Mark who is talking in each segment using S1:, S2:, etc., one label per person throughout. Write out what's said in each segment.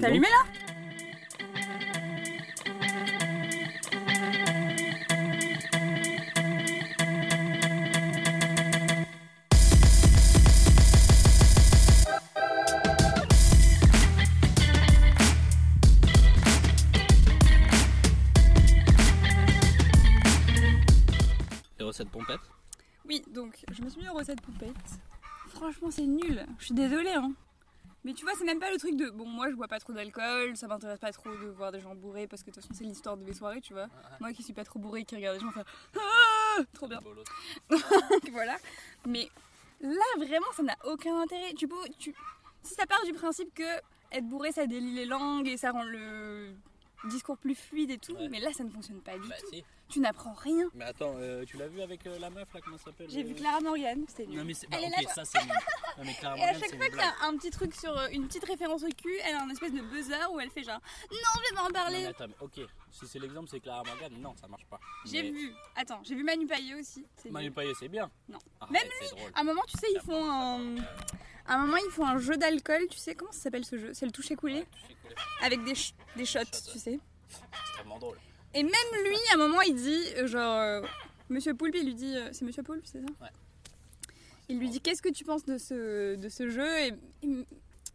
S1: T'as allumé là
S2: Les recettes pompettes
S1: Oui, donc je me suis mis aux recettes poupettes. Franchement, c'est nul. Je suis désolée. Hein. Mais tu vois, c'est même pas le truc de bon, moi je bois pas trop d'alcool, ça m'intéresse pas trop de voir des gens bourrés parce que de toute façon, c'est l'histoire de mes soirées, tu vois. Moi qui suis pas trop bourrée, qui regarde les gens faire Ah trop bien. Donc, voilà. Mais là, vraiment, ça n'a aucun intérêt. Tu peux, tu... Si ça part du principe que être bourré, ça délie les langues et ça rend le discours plus fluide et tout,
S2: Ouais.
S1: mais là, ça ne fonctionne pas du
S2: Bah
S1: tout.
S2: si.
S1: Tu n'apprends rien.
S2: Mais attends, euh, tu l'as vu avec euh, la meuf là, comment ça s'appelle
S1: J'ai
S2: euh,
S1: vu Clara Morgan, c'était nul.
S2: Non mais c'est bah,
S1: Elle est
S2: ok,
S1: là,
S2: ça c'est nul. Non mais Clara
S1: Et à
S2: Morgan,
S1: chaque
S2: c'est
S1: fois
S2: une
S1: qu'il y a
S2: blague.
S1: un petit truc sur euh, une petite référence au cul, elle a un espèce de buzzer où elle fait genre Non, je vais pas en
S2: Non, mais
S1: parler.
S2: attends, mais ok, si c'est l'exemple, c'est Clara Morgan, non, ça marche pas.
S1: J'ai
S2: Mais
S1: vu, attends, j'ai vu Manu Payet aussi. c'est
S2: Manu
S1: nul.
S2: Payet, c'est bien.
S1: Non.
S2: Ah,
S1: Même
S2: ouais, c'est drôle.
S1: À un moment, tu sais, ils font un.
S2: euh.
S1: À un moment, ils font un jeu d'alcool, tu sais, comment ça s'appelle ce jeu C'est le toucher coulé
S2: Ouais, touché coulé.
S1: Avec des, ch- des shots,
S2: Shots,
S1: tu sais.
S2: C'est extrêmement drôle.
S1: Et même lui, à un moment, il dit euh, genre. euh, Monsieur Poulpe, il lui dit. euh, c'est Monsieur Poulpe, c'est ça
S2: Ouais.
S1: Il lui dit Qu'est-ce que tu penses de ce, de ce jeu et, et-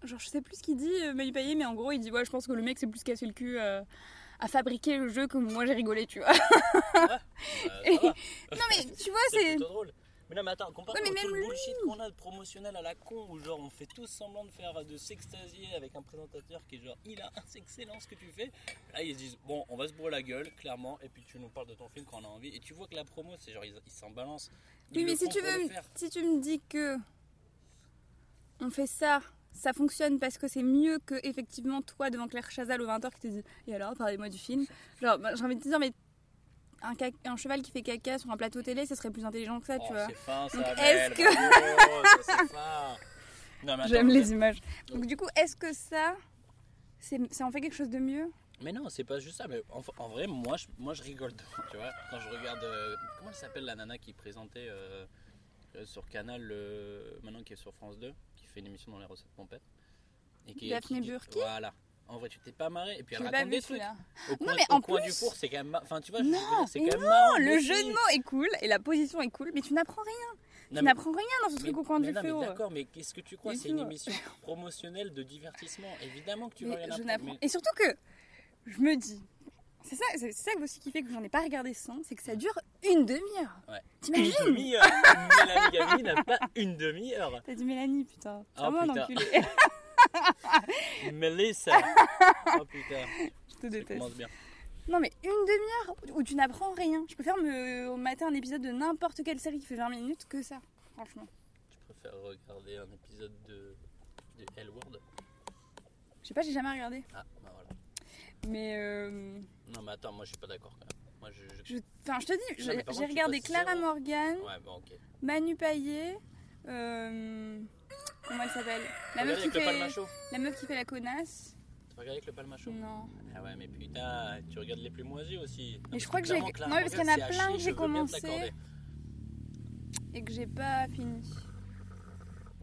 S1: Genre, je sais plus ce qu'il dit, euh, Manu Payet, mais en gros, il dit Ouais, je pense que le mec s'est plus cassé le cul euh, à fabriquer le jeu que moi j'ai rigolé, tu vois.
S2: Euh, ça
S1: Et-
S2: va.
S1: non, mais tu vois,
S2: C'est
S1: Ah, c'est.
S2: plutôt drôle. Mais non, mais attends, comparé
S1: Ouais, mais
S2: à tout
S1: même
S2: le
S1: lui.
S2: bullshit qu'on a de promotionnel à la con, où genre on fait tous semblant de faire de s'extasier avec un présentateur qui est genre il a un c'est excellent ce que tu fais. Là, ils se disent bon, on va se bourrer la gueule, clairement, et puis tu nous parles de ton film quand on a envie. Et tu vois que la promo, c'est genre ils ils s'en balancent. Ils
S1: Oui,
S2: le
S1: mais si
S2: font
S1: tu
S2: pour le
S1: veux,
S2: faire.
S1: si tu me dis que on fait ça, ça fonctionne parce que c'est mieux que effectivement toi devant Claire Chazal au 20h qui te dit et alors parlez-moi du film. Genre bah, j'ai envie de te dire mais un, ca- un cheval qui fait caca sur un plateau télé, ça serait plus intelligent que ça,
S2: Oh,
S1: tu vois.
S2: C'est fin, ça,
S1: Donc,
S2: Abel,
S1: est-ce que-
S2: bravo, ça, c'est fin. Non, mais attends,
S1: J'aime
S2: mais-
S1: les images. Donc du coup, est-ce que ça c'est- ça en fait quelque chose de mieux
S2: Mais non, c'est pas juste ça. Mais en, en vrai, moi je, moi, je rigole devant, tu vois. Quand je regarde. euh, comment elle s'appelle la nana qui présentait euh, euh, sur Canal, euh, maintenant qui est sur France 2, qui fait une émission dans les recettes pompettes et qui,
S1: Daphné
S2: qui- qui-
S1: Burki
S2: Voilà. En vrai, tu t'es pas marré. Et puis
S1: Je
S2: elle
S1: l'ai pas
S2: raconte
S1: vu
S2: des trucs.
S1: celui-là.
S2: Au coin,
S1: mais
S2: au
S1: en
S2: coin
S1: plus-
S2: du four, c'est quand même. mar- Enfin, tu vois, je veux
S1: Non,
S2: dire, c'est
S1: mais
S2: quand même marrant.
S1: Oh, le
S2: mais
S1: jeu
S2: si.
S1: de mots est cool et la position est cool, mais tu n'apprends rien.
S2: Non,
S1: tu
S2: mais-
S1: n'apprends rien dans ce
S2: mais-
S1: truc au coin
S2: mais
S1: du
S2: non, mais
S1: feu.
S2: D'accord, mais qu'est-ce que tu crois
S1: Mais
S2: C'est une
S1: tu vois.
S2: émission promotionnelle de divertissement. Évidemment que tu vas
S1: Mais
S2: rien
S1: je
S2: apprendre.
S1: n'apprends-
S2: mais-
S1: Et surtout que je me dis, c'est ça, c'est ça aussi qui fait que j'en ai pas regardé 100, c'est que ça dure une demi-heure.
S2: Ouais.
S1: T'imagines
S2: Une demi-heure Mélanie Gavry n'a pas une demi-heure
S1: T'as dit Mélanie, putain.
S2: Ah,
S1: Vraiment
S2: putain.
S1: d'enculé.
S2: Melissa Oh putain,
S1: je te
S2: ça
S1: déteste.
S2: commence bien.
S1: Non mais une demi-heure où tu n'apprends rien. Je préfère me au matin un épisode de n'importe quelle série qui fait 20 minutes que ça. Franchement,
S2: Je préfère regarder un épisode de, de L Word.
S1: je sais pas, j'ai jamais regardé.
S2: Ah, bah voilà.
S1: Mais euh,
S2: Non mais attends, moi je suis pas d'accord quand même. Moi je... je-
S1: je... enfin, je te dis,
S2: Non, mais
S1: j'ai
S2: par
S1: j'ai
S2: contre, tu
S1: regardé
S2: passes
S1: Clara
S2: zéro.
S1: Morgan,
S2: Ouais, bon ok.
S1: Manu Payet, euh, comment elle s'appelle La
S2: T'as regardé
S1: meuf qui
S2: avec le
S1: fait
S2: palmacho
S1: la meuf qui fait la connasse.
S2: T'as regardé avec le palmacho
S1: Non.
S2: Ah ouais, mais putain, tu regardes les plus moisis aussi. Non,
S1: Mais Mm.
S2: parce
S1: je crois que j'ai-
S2: clairement, Clara
S1: non, mais parce
S2: Morgan,
S1: qu'il y en a
S2: c'est
S1: plein
S2: haché,
S1: que
S2: je
S1: j'ai
S2: veux bien te
S1: commencé.
S2: l'accorder.
S1: et que j'ai pas fini.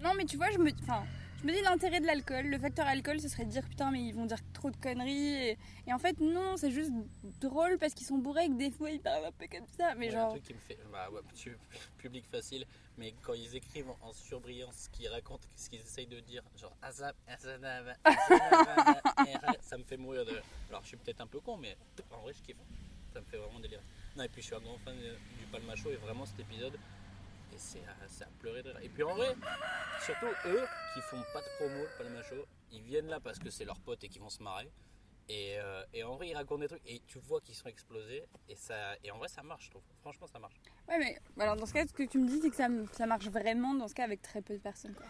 S1: Non, mais tu vois, je me, enfin, je me dis l'intérêt de l'alcool. Le facteur alcool, ce serait de dire putain, mais ils vont dire trop de conneries. Et, et en fait, non, c'est juste drôle parce qu'ils sont bourrés et que des fois ils parlent un peu comme ça. Mais
S2: Ouais, Un
S1: genre,
S2: truc qui me fait... Bah ouais, tu- public facile, mais quand ils écrivent en, en surbrillant ce qu'ils racontent, ce qu'ils essayent de dire, genre Azab, Azanab, Azanab, Era, ça me fait mourir de... Alors je suis peut-être un peu con, mais en vrai je kiffe. Ça me fait vraiment délire. Non, et puis je suis un grand fan euh, du Palmacho et vraiment cet épisode, et c'est à, c'est à pleurer de rire. Et puis en vrai, surtout eux qui font pas de promo, le Palmacho, ils viennent là parce que c'est leurs potes et qu'ils vont se marrer. Et, euh, et en vrai, ils racontent des trucs et tu vois qu'ils sont explosés. Et, ça, et en vrai, ça marche, je trouve. Franchement, ça marche.
S1: ouais, mais alors dans ce cas, ce que tu me dis, c'est que ça, me- ça marche vraiment dans ce cas avec très peu de personnes. quoi.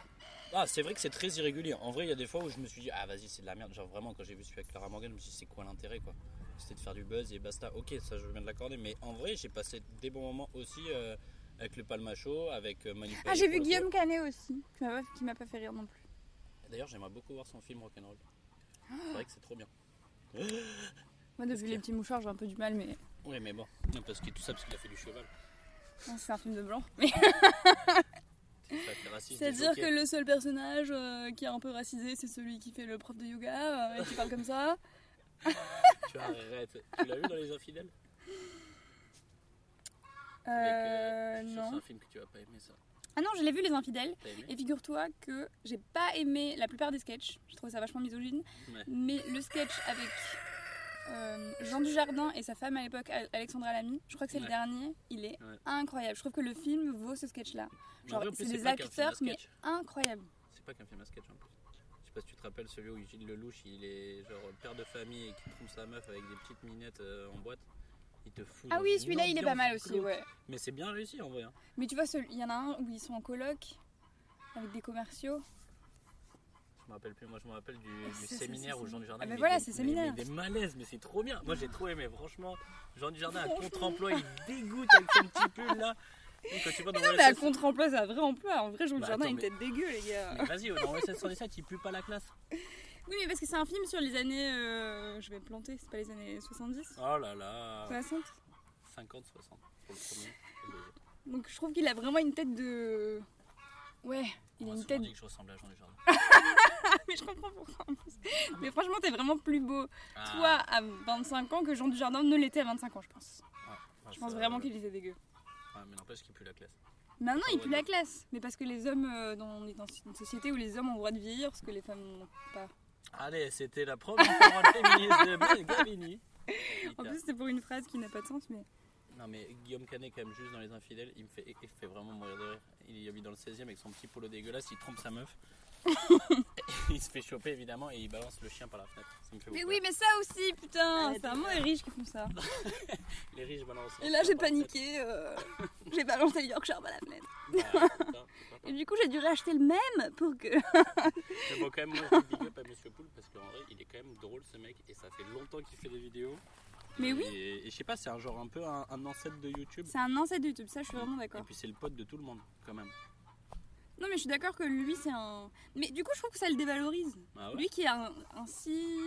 S2: Ah, c'est vrai que c'est très irrégulier. En vrai, il y a des fois où je me suis dit, ah vas-y, c'est de la merde. Genre vraiment, quand j'ai vu celui avec Clara Morgan, je me suis dit, c'est quoi l'intérêt quoi C'était de faire du buzz et basta. Ok, ça je veux bien de l'accorder. Mais en vrai, j'ai passé des bons moments aussi euh, avec le Palmacho, avec euh, Manu
S1: Ah,
S2: Payet,
S1: j'ai
S2: pour
S1: vu
S2: le
S1: Guillaume Canet aussi, qui m'a pas, qui m'a pas fait rire non plus.
S2: coup. D'ailleurs, j'aimerais beaucoup voir son film Rock'n'Roll. C'est vrai que c'est trop bien.
S1: Moi, depuis les petits mouchoirs, j'ai un peu du mal, mais
S2: Oui, mais bon. Non, parce que tout ça, parce qu'il a fait du cheval.
S1: non, c'est un film de blanc. Mais
S2: Ça, c'est raciste.
S1: C'est-à-dire
S2: des
S1: que
S2: jockeys.
S1: le seul personnage euh, qui est un peu racisé, c'est celui qui fait le prof de yoga euh, et qui parle comme ça.
S2: Tu arrêtes. Tu l'as vu dans Les Infidèles
S1: Euh,
S2: Avec, euh, ça, C'est
S1: non.
S2: un film que tu vas pas aimer, ça.
S1: Ah non, je l'ai vu Les Infidèles.
S2: T'as aimé
S1: Et figure-toi que j'ai pas aimé la plupart des sketchs. Je trouve ça vachement misogyne.
S2: Ouais.
S1: Mais le sketch avec euh, Jean Dujardin et sa femme à l'époque, Al- Alexandra Lamy, je crois que c'est le
S2: Ouais.
S1: dernier. Il est
S2: Ouais.
S1: incroyable. Je trouve que le film vaut ce sketch-là.
S2: Mais
S1: Genre,
S2: en vrai, en plus,
S1: c'est des
S2: pas qu'un film à
S1: acteurs, mais-
S2: sketch.
S1: Incroyable.
S2: C'est pas qu'un film à sketch en plus. Je sais pas si tu te rappelles celui où Gilles Lelouch, il est genre père de famille et qui trompe sa meuf avec des petites minettes euh, en boîte. Il te fout.
S1: Ah
S2: dans
S1: oui,
S2: une
S1: celui-là, il est pas
S2: ambiance
S1: mal aussi,
S2: glauque.
S1: ouais.
S2: Mais c'est bien réussi en vrai. hein.
S1: Mais tu vois, celui- il y en a un où ils sont en coloc avec des commerciaux.
S2: Je me rappelle plus, moi je me rappelle du,
S1: Ah,
S2: du
S1: c'est ça,
S2: séminaire
S1: c'est
S2: où
S1: ça.
S2: Jean Dujardin.
S1: Ah, mais
S2: il met
S1: voilà,
S2: des-
S1: c'est
S2: mais-
S1: séminaire.
S2: mais des malaises, mais c'est trop bien. Moi j'ai trop aimé, franchement. Jean Dujardin à
S1: Franchement.
S2: contre-emploi, il dégoûte avec son petit pull là. Et quand tu vas dans
S1: Mais à
S2: OSS,
S1: contre-emploi, c'est un vrai emploi. En vrai, Jean
S2: Bah,
S1: Dujardin,
S2: attends,
S1: il était dégueu, les gars.
S2: mais vas-y, dans OSS 117, il pue pas la classe.
S1: Oui, mais parce que c'est un film sur les années. euh, je vais me planter, c'est pas les années 70
S2: Oh là là.
S1: 60
S2: 50, 60 pour le premier. Et le deuxième.
S1: Donc je trouve qu'il a vraiment une tête de. Ouais, il
S2: On
S1: a
S2: m'a
S1: une
S2: souvent
S1: tête.
S2: Ah, dit que je ressemblais à Jean Dujardin.
S1: mais je comprends pourquoi en plus. Mais franchement, t'es vraiment plus beau,
S2: Ah,
S1: toi, à 25 ans, que Jean Dujardin ne l'était à 25 ans, je pense.
S2: ah,
S1: Je pense
S2: ça,
S1: vraiment
S2: je-
S1: qu'il était dégueu.
S2: Ouais, mais n'empêche qu'il pue la classe.
S1: Maintenant,
S2: Ah
S1: il
S2: ouais,
S1: pue la
S2: non.
S1: classe. Mais parce que les hommes. euh, dans- on est dans une société où les hommes ont le droit de vieillir, ce que les femmes n'ont pas.
S2: Allez, c'était la première parole féministe de Ben Gavini.
S1: En plus, c'est pour une phrase qui n'a pas de sens, mais.
S2: Non mais Guillaume Canet quand même juste dans Les Infidèles, il me fait, il fait vraiment mourir de rire. Il habite dans le 16 e avec son petit polo dégueulasse, il trompe sa meuf. il se fait choper évidemment et il balance le chien par la fenêtre. Ça me fait
S1: Mais
S2: beaucoup
S1: oui,
S2: rire.
S1: mais ça aussi, putain C'est vraiment les riches qui font ça.
S2: Les riches balancent.
S1: Et là, j'ai paniqué, euh, j'ai balancé le Yorkshire par la fenêtre.
S2: Bah,
S1: Et du coup, j'ai dû racheter le même pour que.
S2: Mais bon quand même moi je dis big up à Monsieur Poul parce qu'en vrai il est quand même drôle ce mec et ça fait longtemps qu'il fait des vidéos.
S1: Mais
S2: Et-
S1: oui.
S2: Et, je sais pas, c'est un genre un peu un, un ancêtre de YouTube.
S1: C'est un ancêtre de YouTube, ça, je suis vraiment
S2: Et
S1: d'accord.
S2: puis c'est le pote de tout le monde quand même.
S1: Non, mais je suis d'accord que lui, c'est un. Mais du coup, je trouve que ça le dévalorise.
S2: Ah ouais
S1: Lui qui a un, un si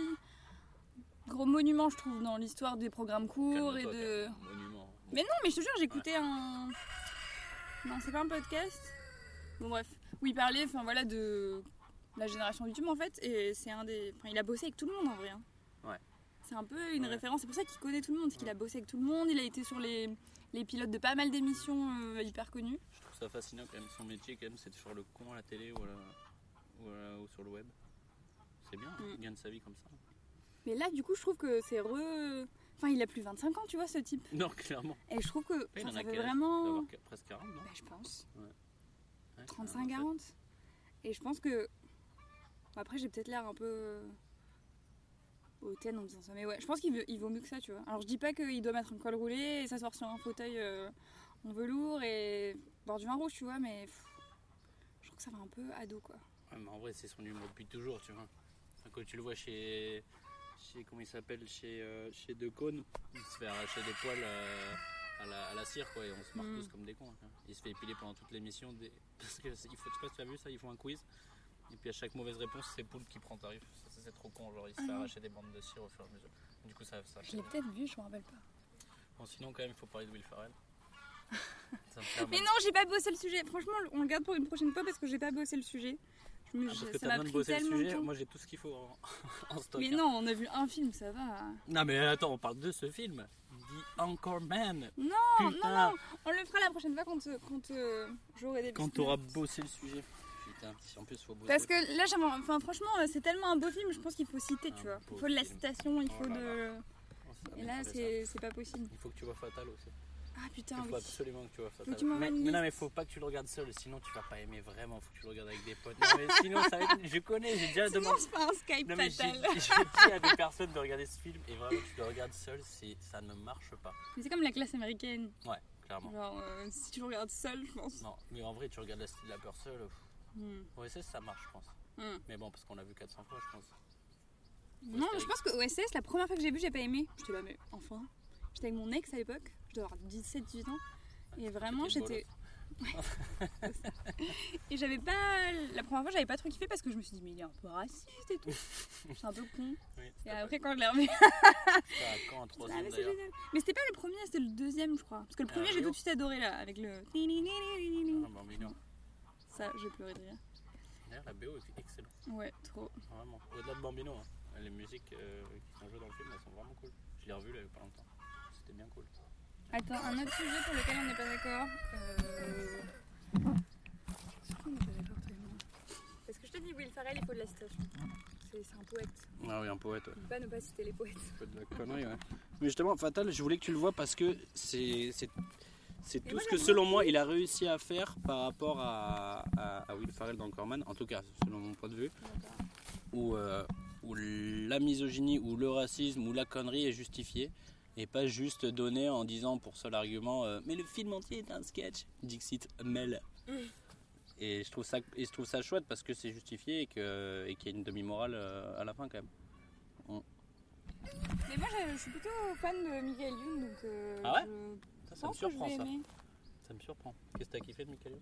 S1: gros monument, je trouve, dans l'histoire des programmes courts et
S2: Calme-toi,
S1: de.
S2: calme, Monument.
S1: Mais non, mais je te jure, j'écoutais un. Non, c'est pas un podcast. Bon, bref. Où il parlait, enfin voilà, de la génération YouTube en fait. Et c'est un des. Enfin, il a bossé avec tout le monde en vrai. hein.
S2: Ouais.
S1: C'est un peu une
S2: Ouais.
S1: référence. C'est pour ça qu'il connaît tout le monde. C'est qu'il a bossé avec tout le monde. Il a été sur les, les pilotes de pas mal d'émissions euh, hyper connues.
S2: Je trouve ça fascinant quand même son métier quand même c'est de faire le con à la télé ou, à la- ou, à la- ou sur le web. C'est bien,
S1: Mm.
S2: il gagne sa vie comme ça.
S1: Mais là, du coup, je trouve que c'est re. Enfin, il a plus 25 ans, tu vois, ce type.
S2: Non clairement.
S1: Et je trouve que.
S2: Là, il
S1: enfin,
S2: en
S1: ça
S2: a quel
S1: fait
S2: âge Il doit
S1: vraiment.
S2: avoir que- presque 40 non
S1: Bah, je pense.
S2: Ouais,
S1: 35,
S2: 40.
S1: 40. Et je pense que. Bon, Après, j'ai peut-être l'air un peu. euh, hautaine en disant ça. Mais ouais, je pense qu'il veut- il vaut mieux que ça, tu vois. Alors, je dis pas qu'il doit mettre un col roulé et s'asseoir sur un fauteuil euh, en velours et boire du vin rouge, tu vois, mais. pff, je trouve que ça va un peu ado, quoi.
S2: Ouais, mais en vrai c'est son humour depuis toujours tu vois. Enfin, quand tu le vois chez. chez comment il s'appelle Chez, euh, chez Decaune, il se fait arracher des poils euh, à, la, à la cire quoi et on se marre
S1: Mm.
S2: tous comme des cons. hein. Il se fait épiler pendant toute l'émission des- parce que c'est- il faut, je sais pas si tu as vu ça, ils font un quiz. Et puis à chaque mauvaise réponse, c'est Poulpe qui prend tarif. Ça, ça, c'est trop con, genre il se fait
S1: Ah.
S2: arracher des bandes de cire au fur et à mesure. Du coup, ça, ça
S1: Je l'ai peut-être vu, je m'en rappelle pas.
S2: Bon, sinon, quand même, il faut parler de Will Ferrell. Ça me fait un
S1: Mais
S2: mal.
S1: non, j'ai pas bossé le sujet. Franchement, on le garde pour une prochaine fois parce que j'ai pas bossé le sujet. Je me-
S2: Ah, parce
S1: j'ai-
S2: que
S1: ça
S2: t'as
S1: m'a
S2: besoin de
S1: pris
S2: bosser le
S1: tellement de
S2: sujet.
S1: temps.
S2: Moi, j'ai tout ce qu'il faut en, en stock.
S1: Mais
S2: hein.
S1: non, on a vu un film, ça va.
S2: Non, mais attends, on parle de ce film. The Anchorman.
S1: Non,
S2: Putain,
S1: non, non. On le fera la prochaine fois quand, euh, quand euh, j'aurai des
S2: Quand
S1: petites
S2: t'auras
S1: notes.
S2: bossé le sujet. Putain, si en plus, faut bosser.
S1: Parce que là, j'aimerais- enfin, franchement, euh, c'est tellement un beau film, je pense qu'il faut citer, tu
S2: Un
S1: vois.
S2: beau
S1: Il faut de la
S2: film.
S1: citation, il
S2: Oh
S1: faut
S2: là
S1: de.
S2: Oh, ça
S1: Et
S2: m'a
S1: là,
S2: fait ça.
S1: c'est c'est pas possible.
S2: Il faut que tu vois Fatal aussi.
S1: Ah putain,
S2: il faut
S1: oui.
S2: absolument que tu vois Fatal.
S1: Faut que tu m'envoies
S2: mais,
S1: une
S2: mais non,
S1: liste.
S2: mais faut pas que tu le regardes seul, sinon tu vas pas aimer vraiment. Faut que tu le regardes avec des potes. Non, mais sinon, ça va être- Je connais, j'ai déjà
S1: Sinon,
S2: demandé.
S1: c'est pas un Skype
S2: Non mais j'ai
S1: fatal.
S2: j'ai dit à des personnes de regarder ce film et vraiment tu le regardes seul, c'est- ça ne marche pas.
S1: Mais c'est comme la classe américaine.
S2: Ouais, clairement.
S1: Genre, euh, si tu le regardes seul, je pense.
S2: Non, mais en vrai tu regardes la, la peur seule, pff,
S1: Hmm.
S2: OSS ça marche je pense.
S1: Hmm.
S2: Mais bon parce qu'on l'a vu 400 fois je pense.
S1: Non,
S2: c'est
S1: mais je pense que OSS, la première fois que j'ai vu, j'ai pas aimé. J'étais là, mais enfin. J'étais avec mon ex à l'époque, je devais avoir 17-18 ans. Et vraiment,
S2: C'était une
S1: j'étais. Et j'avais pas. La première fois, j'avais pas trop kiffé parce que je me suis dit, mais il est un peu raciste et tout. C'est un peu con.
S2: Oui,
S1: Et
S2: c'était pas-
S1: après, quand je l'ai revu,
S2: c'était à quand en
S1: ah,
S2: troisième
S1: mais c'est
S2: d'ailleurs
S1: génial. Mais c'était pas le premier, c'était le deuxième, je crois. Parce que le
S2: Ah,
S1: premier, j'ai
S2: Rio.
S1: tout de suite adoré là, avec le.
S2: Ah, bon, mignon.
S1: Ça, je pleurais de rire.
S2: D'ailleurs, la BO est excellente.
S1: Ouais, trop.
S2: Vraiment. Au-delà de Bambino, hein. les musiques euh, qui sont jouées dans le film, elles sont vraiment cool. Je l'ai revu là, il y a pas longtemps. C'était bien cool.
S1: Attends, un autre sujet pour lequel on n'est pas d'accord. Euh... Est-ce qu'on n'est pas d'accord, toi et moi Parce que je te dis, Will Ferrell, il faut de la citation. C'est c'est un poète.
S2: Ah oui, un poète, ouais.
S1: On peut pas ne pas citer les poètes.
S2: Un peu de la connerie, ouais. Mais justement, Fatal, je voulais que tu le vois parce que c'est. c'est... C'est
S1: Mais
S2: tout
S1: moi,
S2: ce que,
S1: j'aime
S2: selon moi, il a réussi à faire par rapport à, à- à Will Ferrell dans Corman, en tout cas, selon mon point de vue, où, euh, où la misogynie, ou le racisme, ou la connerie est justifiée, et pas juste donnée en disant pour seul argument euh, Mais le film entier est un sketch !» Dixit Mel.
S1: Mm.
S2: Et je trouve ça, et je trouve ça chouette parce que c'est justifié et que- et qu'il y a une demi-morale euh, à la fin quand même.
S1: Mais moi, je, je suis plutôt fan de Michael Youn, donc. euh,
S2: Ah ouais
S1: je
S2: Ça,
S1: pense que je vais aimer.
S2: Ça me surprend. Qu'est-ce que t'as kiffé de Michael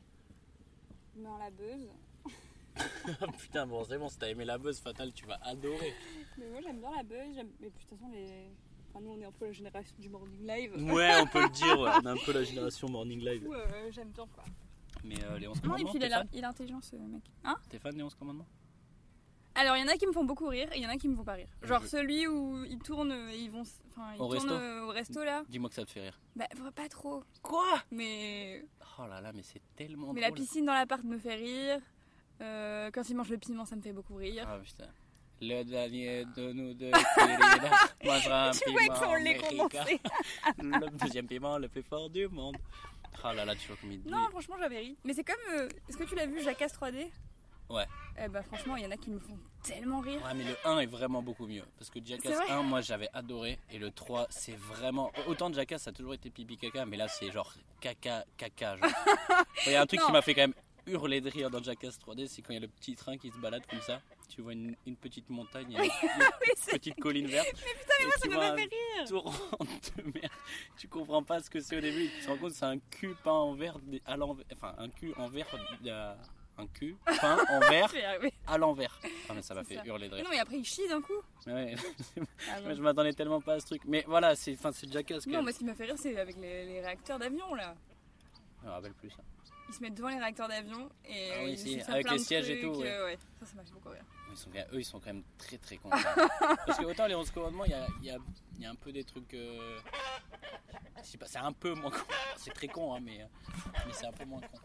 S1: Dans la buzz.
S2: Putain, bon, c'est bon, si t'as aimé la buzz fatale, tu vas adorer.
S1: Mais moi, j'aime bien la buzz. j'aime- Mais puis, de toute façon, les. Enfin, nous, on est un peu la génération du morning live.
S2: Ouais, on peut le dire, ouais. on est un peu la génération Morning Live.
S1: Ou euh, j'aime bien, quoi.
S2: Mais euh, les 11
S1: Non, et
S2: commandements,
S1: puis, il a
S2: t'es
S1: l'air-
S2: fan,
S1: il est intelligent, ce mec. Hein
S2: T'es fan des 11 commandements
S1: Alors, il y en a qui me font beaucoup rire et il y en a qui me font pas rire. Genre
S2: Je-
S1: celui où ils tournent, euh, ils vont, s- enfin, ils
S2: Au
S1: tournent
S2: resto
S1: euh, au resto là.
S2: Dis-moi que ça te fait rire.
S1: Bah, v- pas trop.
S2: Quoi
S1: Mais,
S2: Oh là là, mais c'est tellement
S1: mais la
S2: drôle.
S1: piscine dans l'appart me fait rire. Euh, quand ils mangent le piment, ça me fait beaucoup rire.
S2: Ah putain. Le dernier de nous deux, Kirill, mangera un
S1: tu vois que
S2: piment
S1: ça, on l'est
S2: américain.
S1: condensé.
S2: Le deuxième piment le plus fort du monde. Oh là là, tu vois comme il dit.
S1: non, franchement, j'avais ri. Mais c'est comme, euh, est-ce que tu l'as vu, Jackass 3D
S2: Ouais.
S1: Eh bah, franchement, il y en a qui me font tellement rire.
S2: Ouais, mais le 1 est vraiment beaucoup mieux. Parce que Jackass
S1: C'est vrai
S2: 1, moi j'avais adoré. Et le 3, c'est vraiment. Autant Jackass, ça a toujours été pipi caca, mais là c'est genre caca caca. genre. Il y a un truc
S1: Non.
S2: qui m'a fait quand même hurler de rire dans Jackass 3D, c'est quand il y a le petit train qui se balade comme ça. Tu vois une, une petite montagne, une,
S1: c'est-
S2: petite colline verte. et
S1: Moi, ça
S2: tu
S1: me
S2: vois
S1: fait
S2: un
S1: rire.
S2: torrent de merde. Tu comprends pas ce que c'est au début. Tu te rends compte, c'est un cul peint en vert, des- à l'envers. Enfin, un cul en vert. euh, un cul peint en vert
S1: Je vais y arriver.
S2: à l'envers. Ah, mais ça m'a
S1: C'est
S2: fait
S1: ça.
S2: hurler de
S1: Mais
S2: rire.
S1: euh, non, mais après, ils chient d'un coup.
S2: Ouais.
S1: Ah, non.
S2: Moi, je m'attendais tellement pas à ce truc. Mais voilà, c'est enfin, c'est Jackass que
S1: non, moi, ce qui m'a fait rire, c'est avec les, les réacteurs d'avion là.
S2: Je me rappelle plus ça.
S1: Ils se mettent devant les réacteurs d'avion et
S2: Ah oui,
S1: ils
S2: si,
S1: disent ça
S2: avec
S1: plein
S2: les
S1: de
S2: sièges et
S1: trucs,
S2: tout, ouais.
S1: euh, ouais. Ça, ça m'a fait beaucoup rire.
S2: Ils sont, quand même- eux, ils sont quand même très très contents. Parce que autant les 11 commandements, il y a, il y a- il y a un peu des trucs. euh, Je sais pas, c'est un peu moins con. C'est très con, hein, mais, euh, mais c'est un peu moins con.